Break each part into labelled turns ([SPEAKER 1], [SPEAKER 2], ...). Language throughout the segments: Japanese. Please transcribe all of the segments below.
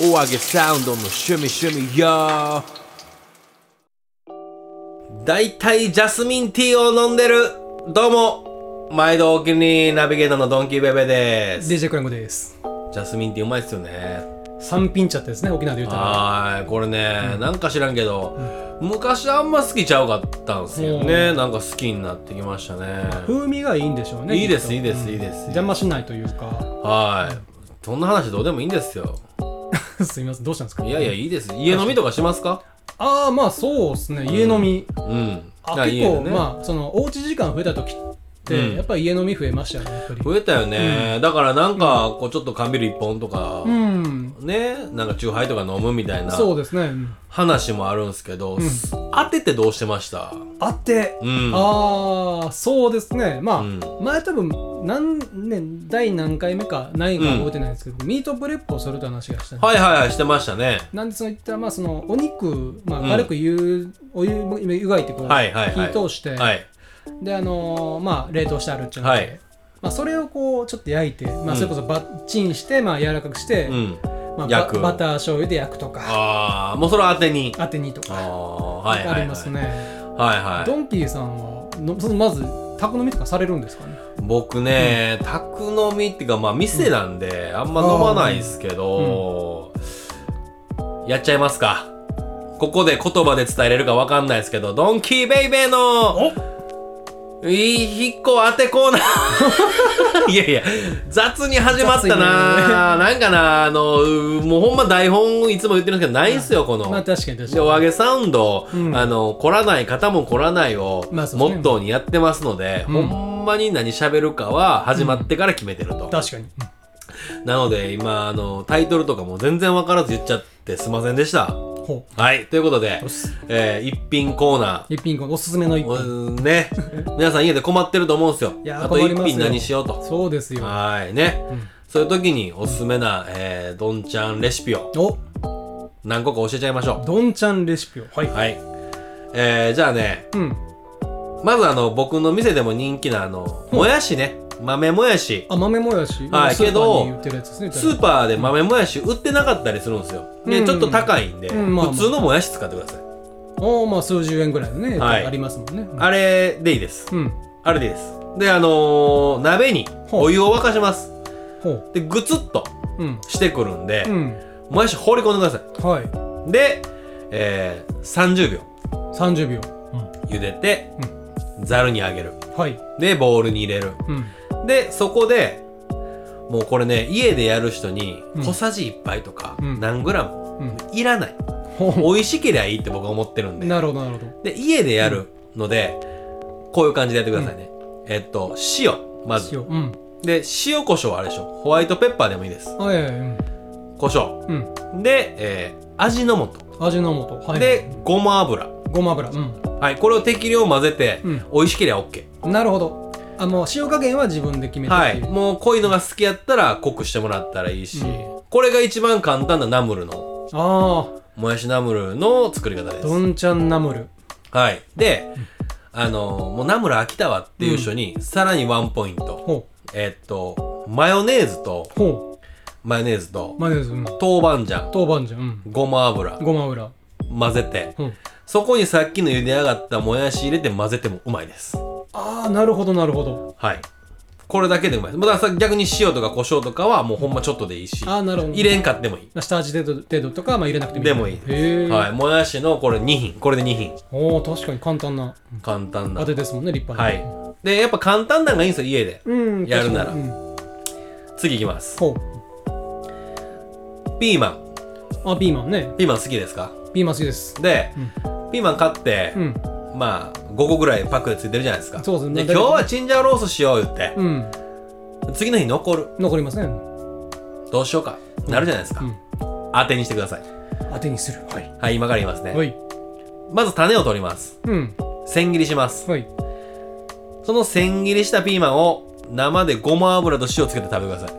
[SPEAKER 1] お揚げサウンドの趣味趣味よだいたいジャスミンティーを飲んでるどうも毎度お気にナビゲーターのドンキーベベです
[SPEAKER 2] デジェクランゴです。
[SPEAKER 1] ジャスミンティーうまいっすよね
[SPEAKER 2] 三品茶ってですね、沖縄で言うたら。
[SPEAKER 1] はーいこれね、なんか知らんけど、昔あんま好きちゃうかったんすよね、なんか好きになってきましたね
[SPEAKER 2] 風味がいいんでしょうね。
[SPEAKER 1] いいです
[SPEAKER 2] きっと
[SPEAKER 1] いいですいいです
[SPEAKER 2] うん邪魔しないというか。
[SPEAKER 1] はいそんな話どうでもいいんですよ
[SPEAKER 2] すみません、どうしたんですか
[SPEAKER 1] いやいや、いいです家飲みとかしますか
[SPEAKER 2] ああ、まあそうですね、家飲み。
[SPEAKER 1] うん
[SPEAKER 2] あ
[SPEAKER 1] なんか
[SPEAKER 2] 結
[SPEAKER 1] 家で
[SPEAKER 2] 構、
[SPEAKER 1] ね
[SPEAKER 2] まあ、その、おうち時間増えた時って、
[SPEAKER 1] うん
[SPEAKER 2] やっぱり家飲み増えましたよね、やっぱり。
[SPEAKER 1] 増えたよね、だからなんかこうちょっと缶ビール1本とか、
[SPEAKER 2] うん。
[SPEAKER 1] ねなんかチューハイとか飲むみたいな
[SPEAKER 2] そうですね。うん
[SPEAKER 1] 話もあるんすけど、す当ててどうしてました
[SPEAKER 2] あって、
[SPEAKER 1] うん
[SPEAKER 2] ああ、そうですね。まあ、
[SPEAKER 1] うん
[SPEAKER 2] 前多分、何年、第何回目か、ないか覚えてないんですけど、ミートプレップをするという話がしたんです
[SPEAKER 1] はいはいはいしてましたね
[SPEAKER 2] なんでそのいったまあそのお肉、まあ、
[SPEAKER 1] うん
[SPEAKER 2] 軽く湯、お湯も今湯がいてこう、
[SPEAKER 1] はいはいはい
[SPEAKER 2] 火通して、
[SPEAKER 1] はい
[SPEAKER 2] であのーまあ冷凍してあるっちゃうので、
[SPEAKER 1] はい
[SPEAKER 2] まあそれをこうちょっと焼いて、ま
[SPEAKER 1] うん
[SPEAKER 2] あそれこそバッチンしてまあ柔らかくして、
[SPEAKER 1] うん
[SPEAKER 2] まあ
[SPEAKER 1] 焼く
[SPEAKER 2] ババター醤油で焼くとか、
[SPEAKER 1] ああもうそれ当てに
[SPEAKER 2] 当てにと
[SPEAKER 1] あ
[SPEAKER 2] か
[SPEAKER 1] あはいはい、はい、
[SPEAKER 2] ありますね。
[SPEAKER 1] はいはい
[SPEAKER 2] ドンキーさんはのそのまずタコ飲みとかされるんですかね。
[SPEAKER 1] 僕ね、宅飲みっていうか、まあ店なんで、あんま飲まないですけど、やっちゃいますか。ここで言葉で伝えれるかわかんないですけど、ドンキーベイベーの、いい、一個当てコーナ ー。いやいや、雑に始まったな、なんかな、あの、うもうほんま台本いつも言ってるんですけど、ないんすよ、この。
[SPEAKER 2] まあ確かに確
[SPEAKER 1] で、
[SPEAKER 2] か
[SPEAKER 1] お
[SPEAKER 2] に。
[SPEAKER 1] 揚げサウンド、
[SPEAKER 2] うん
[SPEAKER 1] あの、来らない方も来らないを、モ
[SPEAKER 2] まあそうですね
[SPEAKER 1] ットーにやってますので、
[SPEAKER 2] うん
[SPEAKER 1] ほんまに何喋るかは始まってから決めてると。
[SPEAKER 2] 確かに。うん
[SPEAKER 1] なので、今、あの、タイトルとかも全然わからず言っちゃってすいませんでした。
[SPEAKER 2] ほ
[SPEAKER 1] はい、ということで
[SPEAKER 2] う。よ、し
[SPEAKER 1] えー一品コーナー。
[SPEAKER 2] 一品このおすすめの一
[SPEAKER 1] う
[SPEAKER 2] 品。
[SPEAKER 1] ーんね。皆さん家で困ってると思うんですよ
[SPEAKER 2] い。やー
[SPEAKER 1] あと
[SPEAKER 2] 困
[SPEAKER 1] 一
[SPEAKER 2] りますよ
[SPEAKER 1] 品何しようと。
[SPEAKER 2] そうですよ。
[SPEAKER 1] はーい、ね。
[SPEAKER 2] うん
[SPEAKER 1] そういう時におすすめな、えー、どんちゃんレシピを
[SPEAKER 2] お
[SPEAKER 1] 何個か教えちゃいましょ
[SPEAKER 2] どんちゃんレシピを。はい。
[SPEAKER 1] う。はい。えー、じゃあね、
[SPEAKER 2] うん。
[SPEAKER 1] まずあの、僕の店でも人気なあの、もやしね。豆もやし。
[SPEAKER 2] あ豆もやし、
[SPEAKER 1] はい
[SPEAKER 2] スーパー
[SPEAKER 1] けど
[SPEAKER 2] に売ってるやつですね
[SPEAKER 1] スーパーで豆もやし売ってなかったりするんですよ。で、
[SPEAKER 2] うん
[SPEAKER 1] ちょっと高いんで、
[SPEAKER 2] うんまあまあ
[SPEAKER 1] 普通のもやし使ってください。
[SPEAKER 2] おーまあ数十円ぐらいのね、
[SPEAKER 1] はい
[SPEAKER 2] ありますもんねうん
[SPEAKER 1] あれでいいです。
[SPEAKER 2] うん
[SPEAKER 1] あれでいいです。で、あのー鍋に
[SPEAKER 2] ほう
[SPEAKER 1] お湯を沸かします。
[SPEAKER 2] ほう
[SPEAKER 1] で、ぐつっと
[SPEAKER 2] うん
[SPEAKER 1] してくるんで
[SPEAKER 2] う、ん
[SPEAKER 1] もやし放り込んでくださ
[SPEAKER 2] はい
[SPEAKER 1] い。で、えー、30秒
[SPEAKER 2] 30秒、
[SPEAKER 1] 茹でて
[SPEAKER 2] う、
[SPEAKER 1] ざるにあげる。
[SPEAKER 2] はい
[SPEAKER 1] で、ボウルに入れる。
[SPEAKER 2] うん
[SPEAKER 1] でそこでもうこれね家でやる人に
[SPEAKER 2] うん
[SPEAKER 1] 小さじ1杯とか
[SPEAKER 2] うん
[SPEAKER 1] 何グラム
[SPEAKER 2] うん
[SPEAKER 1] いらない、
[SPEAKER 2] ほ
[SPEAKER 1] 美味しけりゃいいって僕は思ってるん
[SPEAKER 2] う
[SPEAKER 1] で
[SPEAKER 2] なるほどなるほど
[SPEAKER 1] で家でやるのでこういう感じでやってくださいね、えっと塩まず
[SPEAKER 2] 塩うん
[SPEAKER 1] で塩コショウあれでしょホワイトペッパーでもいいです
[SPEAKER 2] あいやいやうん
[SPEAKER 1] 胡椒
[SPEAKER 2] うん
[SPEAKER 1] で、えー味の素、
[SPEAKER 2] 味の素はい
[SPEAKER 1] でごま油
[SPEAKER 2] ごま油う
[SPEAKER 1] はいこれを適量混ぜて、
[SPEAKER 2] うん
[SPEAKER 1] 美味しけりゃ OK
[SPEAKER 2] んなるほどあもう塩加減は自分で決めてっ
[SPEAKER 1] は
[SPEAKER 2] て
[SPEAKER 1] い。
[SPEAKER 2] いう
[SPEAKER 1] もう濃いのが好きやったら濃くしてもらったらいいし、
[SPEAKER 2] う
[SPEAKER 1] これが一番簡単なナムルの、
[SPEAKER 2] あ
[SPEAKER 1] もやしナムルの作り方です
[SPEAKER 2] あど。んちゃんナムル
[SPEAKER 1] はい。で、あの、もうナムル飽きたわっていう人に、さらにワンポイント。
[SPEAKER 2] ほ
[SPEAKER 1] えっと、マヨネーズと、
[SPEAKER 2] うほ
[SPEAKER 1] マヨネーズと
[SPEAKER 2] う、マヨネーズうん
[SPEAKER 1] 豆板醤、
[SPEAKER 2] 豆板醤うん
[SPEAKER 1] ごま油、
[SPEAKER 2] ごま油
[SPEAKER 1] 混ぜて、
[SPEAKER 2] うん
[SPEAKER 1] そこにさっきの茹で上がったもやし入れて混ぜてもうまいです。
[SPEAKER 2] ああなるほどなるほど
[SPEAKER 1] はい。これだけでうまいです。まあだからさ逆に塩とか胡椒とかはもうほんまちょっとでいいし、
[SPEAKER 2] ああなるほど
[SPEAKER 1] 入れんかってもいい。
[SPEAKER 2] 下味程度程度とかはまあ入れなくてもいい
[SPEAKER 1] でもいい
[SPEAKER 2] へえ、
[SPEAKER 1] はい、もやしのこれ2品これで2品
[SPEAKER 2] おお確かに簡単な
[SPEAKER 1] 簡単な
[SPEAKER 2] 当てですもんね立派
[SPEAKER 1] は
[SPEAKER 2] な、
[SPEAKER 1] いでやっぱ簡単なのがいいんですよ家で
[SPEAKER 2] うん、
[SPEAKER 1] やるなら
[SPEAKER 2] 確かにうん
[SPEAKER 1] 次いきます
[SPEAKER 2] ほ
[SPEAKER 1] ピーマン
[SPEAKER 2] うあピーマンね
[SPEAKER 1] ピーマン好きですか
[SPEAKER 2] ピーマン好きです
[SPEAKER 1] で、ピーマン買って、
[SPEAKER 2] うん
[SPEAKER 1] まあ5個ぐらいパックでついてるじゃないですか
[SPEAKER 2] そうですね
[SPEAKER 1] で今日はチンジャオロースしよう言って、
[SPEAKER 2] うん
[SPEAKER 1] 次の日残る
[SPEAKER 2] 残りません、
[SPEAKER 1] どうしようかなるじゃないですか、
[SPEAKER 2] うん、
[SPEAKER 1] 当てにしてください
[SPEAKER 2] 当てにするはい
[SPEAKER 1] はい今から言いますね、
[SPEAKER 2] はい
[SPEAKER 1] まず種を取ります
[SPEAKER 2] うん
[SPEAKER 1] 千切りします
[SPEAKER 2] はい
[SPEAKER 1] その千切りしたピーマンを生でごま油と塩つけて食べてください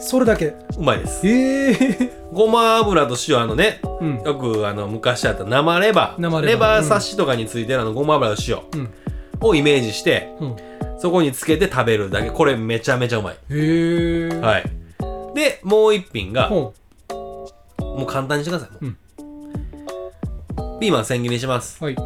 [SPEAKER 2] それだけ
[SPEAKER 1] うまいです
[SPEAKER 2] ええ
[SPEAKER 1] ごま油と塩あのね
[SPEAKER 2] うん
[SPEAKER 1] よくあの昔あった生レバー
[SPEAKER 2] 生レバー
[SPEAKER 1] レバー刺しとかについてるあのごま油の塩
[SPEAKER 2] うん
[SPEAKER 1] をイメージして
[SPEAKER 2] うん
[SPEAKER 1] そこにつけて食べるだけこれめちゃめちゃうまい
[SPEAKER 2] へえ
[SPEAKER 1] はいでもう一品が
[SPEAKER 2] ほ
[SPEAKER 1] もう簡単にしてください。
[SPEAKER 2] う
[SPEAKER 1] ピーマン千切りにします。
[SPEAKER 2] はい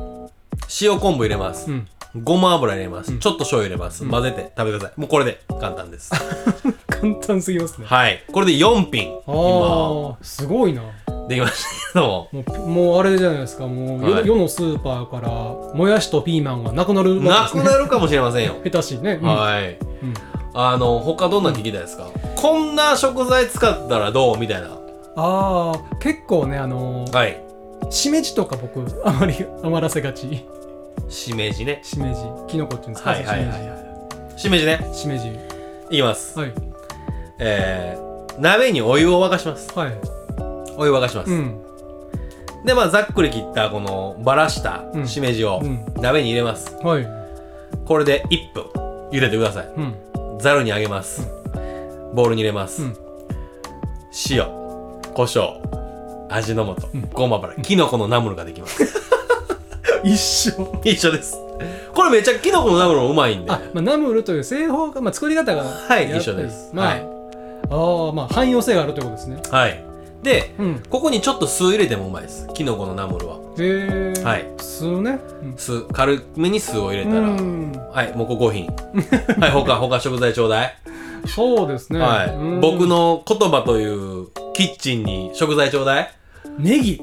[SPEAKER 1] 塩昆布入れます
[SPEAKER 2] う。ん
[SPEAKER 1] ごま油入れます。
[SPEAKER 2] うん
[SPEAKER 1] ちょっと醤油入れます。
[SPEAKER 2] うん
[SPEAKER 1] 混ぜて食べてください。もうこれで簡単です。
[SPEAKER 2] 簡単すぎますね
[SPEAKER 1] はい。これで4品、 今、
[SPEAKER 2] ああすごいな
[SPEAKER 1] できましたけども。
[SPEAKER 2] もうもうあれじゃないですかもう、世
[SPEAKER 1] はい
[SPEAKER 2] 世のスーパーからもやしとピーマンはなくなるわ
[SPEAKER 1] な
[SPEAKER 2] け
[SPEAKER 1] く
[SPEAKER 2] ですね
[SPEAKER 1] なるかもしれませんよ。
[SPEAKER 2] 下手しいね、うん
[SPEAKER 1] はい。
[SPEAKER 2] うん
[SPEAKER 1] あの、他どんな聞きたいですかこんな食材使ったらどうみたいな。
[SPEAKER 2] ああ結構ねあのー
[SPEAKER 1] はい。
[SPEAKER 2] しめじとか僕あまり 余らせがち
[SPEAKER 1] しめじね。
[SPEAKER 2] しめじきのこっていうんですか、
[SPEAKER 1] はいはいはいはい。しめじね。
[SPEAKER 2] しめじしめ
[SPEAKER 1] いきます
[SPEAKER 2] じ。はい
[SPEAKER 1] えー、鍋にお湯を沸かします。
[SPEAKER 2] はい
[SPEAKER 1] お湯沸かしま
[SPEAKER 2] う
[SPEAKER 1] す。
[SPEAKER 2] ん
[SPEAKER 1] で、まあ、ざっくり切った、この、ばらした
[SPEAKER 2] うん
[SPEAKER 1] しめじを
[SPEAKER 2] うん
[SPEAKER 1] 鍋に入れます。
[SPEAKER 2] はい
[SPEAKER 1] これで1分茹でてください。
[SPEAKER 2] うん
[SPEAKER 1] ざるにあげます。ボウルに入れます。
[SPEAKER 2] うん
[SPEAKER 1] 塩、胡椒、味の素、
[SPEAKER 2] ん
[SPEAKER 1] ごま油、キノコのナムルができます。
[SPEAKER 2] 一緒
[SPEAKER 1] 一緒です。これめっちゃキノコのナムルもうまいんで。
[SPEAKER 2] あ、まあ、ナムルという製法が、まあ、作り方が
[SPEAKER 1] はい
[SPEAKER 2] やっぱり
[SPEAKER 1] 一緒です
[SPEAKER 2] まあ、
[SPEAKER 1] はい
[SPEAKER 2] ああまあ汎用性があるということですね
[SPEAKER 1] はい。で、
[SPEAKER 2] うん
[SPEAKER 1] ここにちょっと酢入れてもうまいです。キノコのナムルは。
[SPEAKER 2] へえ
[SPEAKER 1] はい
[SPEAKER 2] 酢ねうん
[SPEAKER 1] 酢、軽めに酢を入れたら。
[SPEAKER 2] うん
[SPEAKER 1] はい、もうここ5品。 はい、他、他食材ちょうだい。
[SPEAKER 2] そうですね、
[SPEAKER 1] はい。僕の
[SPEAKER 2] の
[SPEAKER 1] 言葉というキッチンに食材ちょうだい。
[SPEAKER 2] ネギ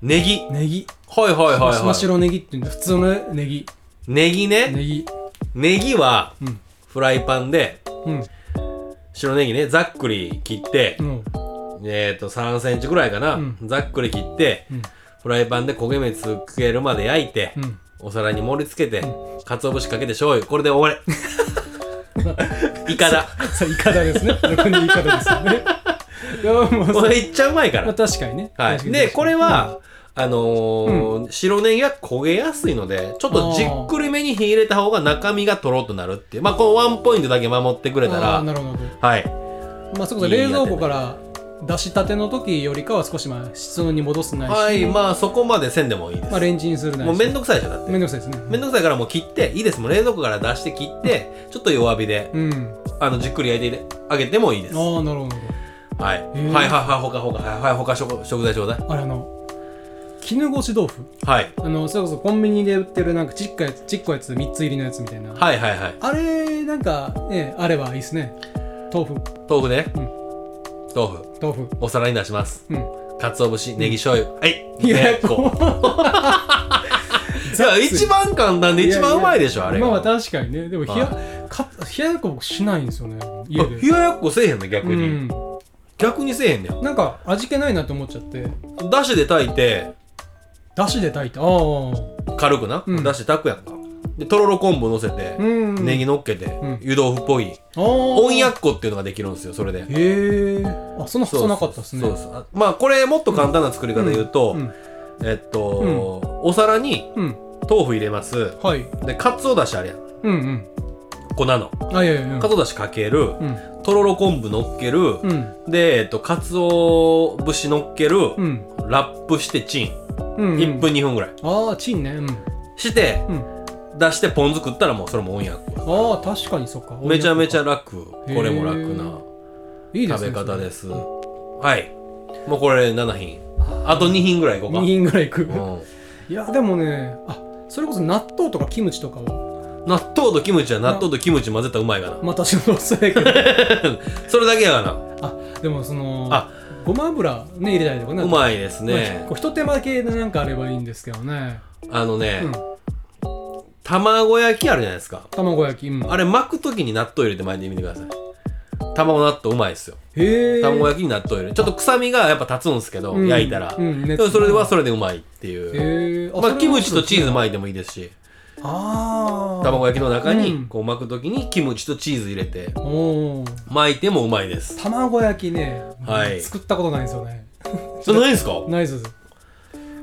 [SPEAKER 1] ネギ。はい
[SPEAKER 2] ネギ
[SPEAKER 1] はいはい
[SPEAKER 2] ま真っ
[SPEAKER 1] は
[SPEAKER 2] 白ネギっていうんで普通のネギ
[SPEAKER 1] い。ネギね。
[SPEAKER 2] ネギ
[SPEAKER 1] ネギは
[SPEAKER 2] うん
[SPEAKER 1] フライパンで、
[SPEAKER 2] うん
[SPEAKER 1] 白ネギね、ざっくり切って
[SPEAKER 2] う、ん
[SPEAKER 1] えっと、3センチぐらいかな
[SPEAKER 2] うん。
[SPEAKER 1] ざっくり切って
[SPEAKER 2] うん、
[SPEAKER 1] フライパンで焦げ目つけるまで焼いて
[SPEAKER 2] う、ん
[SPEAKER 1] お皿に盛り付けて、鰹節かけて醤油。これで終わ り。イカだ。
[SPEAKER 2] そうイカダですね俗にイカダですよ ねいやもう
[SPEAKER 1] こ
[SPEAKER 2] そ
[SPEAKER 1] れいっちゃうまいか
[SPEAKER 2] まあ
[SPEAKER 1] ら。
[SPEAKER 2] 確かにね、
[SPEAKER 1] は
[SPEAKER 2] 確か
[SPEAKER 1] い。
[SPEAKER 2] に
[SPEAKER 1] で、
[SPEAKER 2] 確か
[SPEAKER 1] こ
[SPEAKER 2] に
[SPEAKER 1] れは、あのー、白ネギが焦げやすいので、ちょっとじっくりめに火入れた方が中身がとろっとなるっていう。まあ、このワンポイントだけ守ってくれた
[SPEAKER 2] あー
[SPEAKER 1] ら、
[SPEAKER 2] なるほどなるほ
[SPEAKER 1] はい。
[SPEAKER 2] どまあそれこそ冷蔵庫から出したての時よりかは少しまあ室温に戻すないし、
[SPEAKER 1] はい、まあそこまでせんでもいいです。
[SPEAKER 2] まあレンチンするなり
[SPEAKER 1] もうめん
[SPEAKER 2] ど
[SPEAKER 1] どくさいでしょ、だって。
[SPEAKER 2] めんどくさいですね
[SPEAKER 1] めんどくさいからもう切って、いいです。もう冷蔵庫から出して切って、ちょっと弱火で、
[SPEAKER 2] うん
[SPEAKER 1] あの、じっくり焼いてあげてもいいです。はい。
[SPEAKER 2] ああなるほどなる
[SPEAKER 1] はいはいはい、ほかほか、はいはい、ほか食食材ちょうだい。
[SPEAKER 2] ほどあれあの絹ごし豆腐
[SPEAKER 1] はい。
[SPEAKER 2] あのそれこそコンビニで売ってるなんかちっこいやつちっこいやつ3つ入りのやつみたいな、
[SPEAKER 1] はいはいはい。
[SPEAKER 2] あれなんかねあればいいですね豆腐
[SPEAKER 1] 豆腐ね。
[SPEAKER 2] うん
[SPEAKER 1] 豆腐。
[SPEAKER 2] 豆腐
[SPEAKER 1] お皿に出します。
[SPEAKER 2] うん
[SPEAKER 1] 鰹節、ネギ醤油。はい。
[SPEAKER 2] いや
[SPEAKER 1] ねこう。いや、一番簡単で一番うまいでしょ、あれが。
[SPEAKER 2] まあまあ確かにねでも冷や
[SPEAKER 1] は
[SPEAKER 2] か冷ややっこ僕しないんですよね家で
[SPEAKER 1] 冷ややっこせえへんね、逆
[SPEAKER 2] う
[SPEAKER 1] に。
[SPEAKER 2] ん
[SPEAKER 1] 逆にせえへんねん。
[SPEAKER 2] なんか味気ないなと思っちゃって
[SPEAKER 1] だしで炊いて、
[SPEAKER 2] だしで炊いてああ
[SPEAKER 1] 軽くな、
[SPEAKER 2] うん
[SPEAKER 1] 出して炊くやんかでとろろ昆布乗せて、
[SPEAKER 2] うん
[SPEAKER 1] ネギ乗っけて、
[SPEAKER 2] ん
[SPEAKER 1] 湯豆腐っぽい
[SPEAKER 2] ああ
[SPEAKER 1] 温やっこっていうのができるんですよそれで
[SPEAKER 2] へえあそんな細なかったですね
[SPEAKER 1] そうそうそうあまあこれもっと簡単な作り方で言うと、
[SPEAKER 2] うん
[SPEAKER 1] えっと、お皿に
[SPEAKER 2] うん
[SPEAKER 1] 豆腐入れます
[SPEAKER 2] はい
[SPEAKER 1] でかつおだしあるやん
[SPEAKER 2] うん
[SPEAKER 1] 粉の
[SPEAKER 2] うんあいやいやいや
[SPEAKER 1] かつおだしかける
[SPEAKER 2] うん
[SPEAKER 1] とろろ昆布乗っける、
[SPEAKER 2] うん
[SPEAKER 1] でえっとかつお節乗っける、
[SPEAKER 2] うん
[SPEAKER 1] ラップしてチン
[SPEAKER 2] うん
[SPEAKER 1] 1分2分ぐらい
[SPEAKER 2] ああチンねうん
[SPEAKER 1] して
[SPEAKER 2] うん
[SPEAKER 1] 出してポン酢食ったらもうそれも温やっこ
[SPEAKER 2] ああ確かにそっか
[SPEAKER 1] めちゃめち
[SPEAKER 2] ゃ
[SPEAKER 1] ゃ楽これも楽ない
[SPEAKER 2] いです
[SPEAKER 1] 食べ
[SPEAKER 2] ね
[SPEAKER 1] 方ですすはいもうこれ7品あと2品ぐらいいこうか
[SPEAKER 2] 2品ぐらい食う
[SPEAKER 1] う
[SPEAKER 2] いやでもねあそれこそ納豆とかキムチとか
[SPEAKER 1] ん
[SPEAKER 2] は
[SPEAKER 1] 納豆とキムチは納豆とキムチ混ぜたらうまいかな
[SPEAKER 2] まあ私もそうやけど
[SPEAKER 1] それだけやが
[SPEAKER 2] あでもその
[SPEAKER 1] あ
[SPEAKER 2] ごま油ね入れたりとかね
[SPEAKER 1] なうまいです
[SPEAKER 2] まあ
[SPEAKER 1] ね
[SPEAKER 2] こうひと手間系でなんかあればいいんですけどね、
[SPEAKER 1] あのね
[SPEAKER 2] うん、
[SPEAKER 1] 卵焼きあるじゃないですか
[SPEAKER 2] 卵焼き、うん、
[SPEAKER 1] あれ巻く時に納豆入れて巻いてみてください卵納豆うまいですよ
[SPEAKER 2] へえ
[SPEAKER 1] 卵焼きに納豆入れるちょっと臭みがやっぱ立つんですけど
[SPEAKER 2] うん
[SPEAKER 1] 焼いたら
[SPEAKER 2] うん
[SPEAKER 1] でもそれは
[SPEAKER 2] れ
[SPEAKER 1] それでうまいっていう
[SPEAKER 2] へえ
[SPEAKER 1] まあキムチとチーズ
[SPEAKER 2] あ
[SPEAKER 1] 巻いてもいいですし
[SPEAKER 2] それは面白いですねあ
[SPEAKER 1] 卵焼きの中
[SPEAKER 2] う
[SPEAKER 1] に
[SPEAKER 2] ん
[SPEAKER 1] こう巻くときにキムチとチーズ入れて
[SPEAKER 2] きおー
[SPEAKER 1] 巻いてもうまいです。
[SPEAKER 2] 卵焼きね、
[SPEAKER 1] はい
[SPEAKER 2] 作ったことないんですよね
[SPEAKER 1] それないんすか
[SPEAKER 2] ないです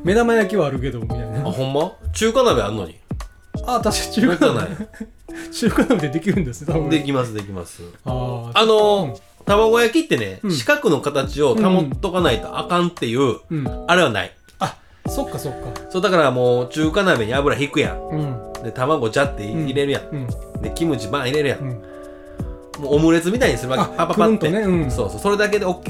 [SPEAKER 2] 目玉焼きはあるけどみたい
[SPEAKER 1] あ
[SPEAKER 2] な
[SPEAKER 1] ほんま中華鍋あんのに。
[SPEAKER 2] あ私中華鍋
[SPEAKER 1] 中
[SPEAKER 2] 中華鍋でできるんですね多分
[SPEAKER 1] できますできます。
[SPEAKER 2] ああ
[SPEAKER 1] あのー、卵焼きってね、
[SPEAKER 2] うん
[SPEAKER 1] 四角の形を保っとかないとあかんっていう、
[SPEAKER 2] うん
[SPEAKER 1] あれはない。
[SPEAKER 2] そっかそっか
[SPEAKER 1] そうだからもう中華鍋に油引くやん。
[SPEAKER 2] うん
[SPEAKER 1] で卵ジャって入れるやん。
[SPEAKER 2] うん
[SPEAKER 1] でキムチバン入れるやん。
[SPEAKER 2] うん
[SPEAKER 1] もうオムレツみたいにするわけ
[SPEAKER 2] あ
[SPEAKER 1] パパパって、
[SPEAKER 2] くるんとねうん
[SPEAKER 1] そうそうそれだけで OK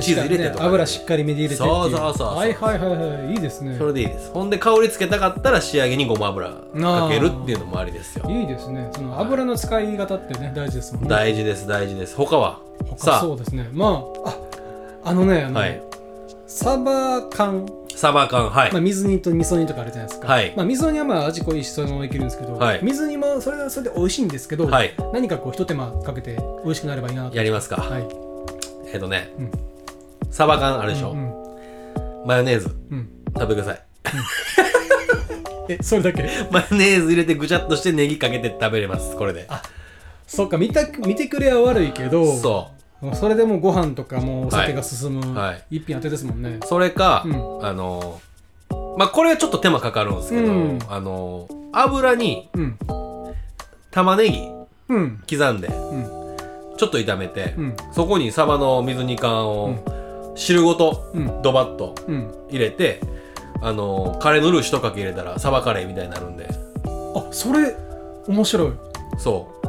[SPEAKER 1] チーズ入れてとか、
[SPEAKER 2] 油しっかりめで入れてってい
[SPEAKER 1] そうそうそう
[SPEAKER 2] はいはいはいはいいいですね
[SPEAKER 1] それでいいですほんで香りつけたかったら仕上げにごま油かけるっていうのもありですよ
[SPEAKER 2] いいですねその油の使い方ってね大事ですもんね
[SPEAKER 1] 大事です大事です他は
[SPEAKER 2] 他
[SPEAKER 1] さ
[SPEAKER 2] そうですねまあああのねあ
[SPEAKER 1] あ
[SPEAKER 2] の、
[SPEAKER 1] はい
[SPEAKER 2] サバ缶、
[SPEAKER 1] サバ缶はい、
[SPEAKER 2] まあ、水煮と味噌煮とかあるじゃないですか、
[SPEAKER 1] はい
[SPEAKER 2] まあ、味噌煮はまあ味濃いしそのままいけるんですけど、
[SPEAKER 1] はい
[SPEAKER 2] 水煮もそれはそれで美味しいんですけど、
[SPEAKER 1] はい
[SPEAKER 2] 何かこうひと手間かけて美味しくなればいいなと
[SPEAKER 1] やりますか、
[SPEAKER 2] はい
[SPEAKER 1] えっ、とね、
[SPEAKER 2] うん
[SPEAKER 1] サバ缶あるでしょ、
[SPEAKER 2] うん
[SPEAKER 1] マヨネーズ
[SPEAKER 2] うん
[SPEAKER 1] 食べてください
[SPEAKER 2] えそれだけ
[SPEAKER 1] マヨネーズ入れてぐちゃっとしてネギかけて食べれますこれで
[SPEAKER 2] あそっか見た見てくれは悪いけど
[SPEAKER 1] そ
[SPEAKER 2] もうそれでもうご飯とかもうお酒が進む、
[SPEAKER 1] はいはい
[SPEAKER 2] 一品当てですもんね
[SPEAKER 1] うそれか、
[SPEAKER 2] うん
[SPEAKER 1] あのーまあこれはちょっと手間かかるんですけど、
[SPEAKER 2] うん
[SPEAKER 1] あのー油に
[SPEAKER 2] うん
[SPEAKER 1] 玉ねぎ
[SPEAKER 2] うん
[SPEAKER 1] 刻んで
[SPEAKER 2] うん
[SPEAKER 1] ちょっと炒めて、
[SPEAKER 2] うん
[SPEAKER 1] そこにサバの水煮缶を汁ごと
[SPEAKER 2] うん
[SPEAKER 1] ドバッと
[SPEAKER 2] うん
[SPEAKER 1] 入れて、あのーカレーのルー一かけ入れたらサバカレーみたいになるんで
[SPEAKER 2] あそれ面白い
[SPEAKER 1] そ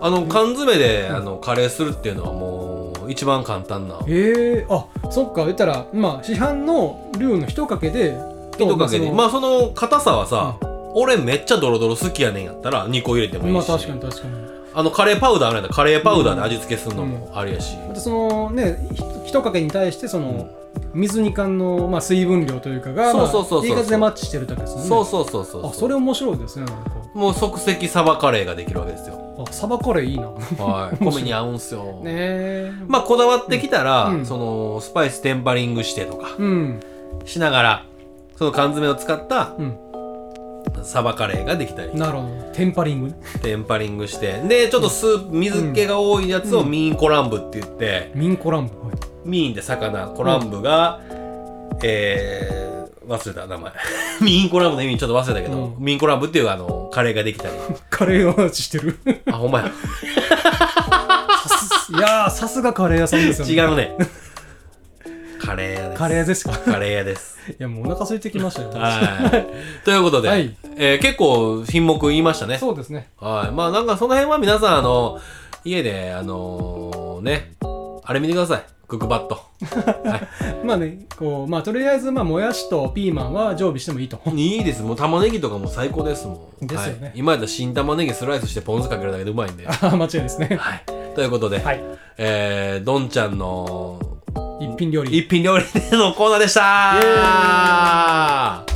[SPEAKER 1] うあの缶詰で、あのカレーするっていうのはもう一番簡単な
[SPEAKER 2] ええあそっか言ったらまあ市販のルーの一かけで
[SPEAKER 1] 一かけでま
[SPEAKER 2] あ
[SPEAKER 1] あその硬さはさ、俺めっちゃドロドロ好きやねんやったら2個入れて
[SPEAKER 2] そ
[SPEAKER 1] も
[SPEAKER 2] の
[SPEAKER 1] い
[SPEAKER 2] ま
[SPEAKER 1] い
[SPEAKER 2] あ
[SPEAKER 1] し、
[SPEAKER 2] 確かに確かに
[SPEAKER 1] あのカレーパウダーあるんやったらカレーパウダーで味付けするのもありやし、
[SPEAKER 2] またそのねひ一かけに対してその、水煮缶の、まあ、水分量というかが
[SPEAKER 1] そうそうそうそう
[SPEAKER 2] まあいい感じでマッチしてるだけですもんね
[SPEAKER 1] そうそうそうそう
[SPEAKER 2] あそれ面白いですねなんか
[SPEAKER 1] もう即席サバカレーができるわけですよ
[SPEAKER 2] あサバカレー いいなね
[SPEAKER 1] はい米に合うんすよ、
[SPEAKER 2] え
[SPEAKER 1] まあこだわってきたら、
[SPEAKER 2] うんうん
[SPEAKER 1] そのスパイステンパリングしてとか
[SPEAKER 2] うん
[SPEAKER 1] しながらその缶詰を使った
[SPEAKER 2] うん
[SPEAKER 1] サバカレーができたり
[SPEAKER 2] なるほどテンパリングね
[SPEAKER 1] テンパリングしてでちょっとスープ水気が多いやつを
[SPEAKER 2] うん
[SPEAKER 1] ミーンコランブって言って、
[SPEAKER 2] ミンコランボ、はい
[SPEAKER 1] ミーンで魚コランブが、えー、忘れた名前 ミーンコランブの意味ちょっと忘れたけど、
[SPEAKER 2] うん
[SPEAKER 1] ミーンコランブっていうあのカレーがで きたり
[SPEAKER 2] カレーの話してる
[SPEAKER 1] あほんまや
[SPEAKER 2] さすいやーさすがカレー屋さんですよね
[SPEAKER 1] 違う ねカレー屋です
[SPEAKER 2] カレー屋ですか
[SPEAKER 1] カレー屋です
[SPEAKER 2] いやもうお腹空いてきましたよ、
[SPEAKER 1] はい。ということで、
[SPEAKER 2] はい
[SPEAKER 1] えー結構品目言いましたね。
[SPEAKER 2] そうですね
[SPEAKER 1] はい。まあなんかその辺は皆さん、あの、家で、あのーね、あれ見てください。クックパッ ド。
[SPEAKER 2] まあねこうまあとりあえずまあもやしとピーマンは常備してもいいと
[SPEAKER 1] いいです。もう玉ねぎとかも最高ですもん。
[SPEAKER 2] ですよ
[SPEAKER 1] は
[SPEAKER 2] ね
[SPEAKER 1] い、今やったら新玉ねぎスライスしてポン酢かけるだけでうまいんで。は
[SPEAKER 2] ああ間違いですね
[SPEAKER 1] い。ということで、
[SPEAKER 2] はい
[SPEAKER 1] えー、どんちゃんの
[SPEAKER 2] 一品料理
[SPEAKER 1] 一品料理のコーナーでした
[SPEAKER 2] イエ
[SPEAKER 1] ー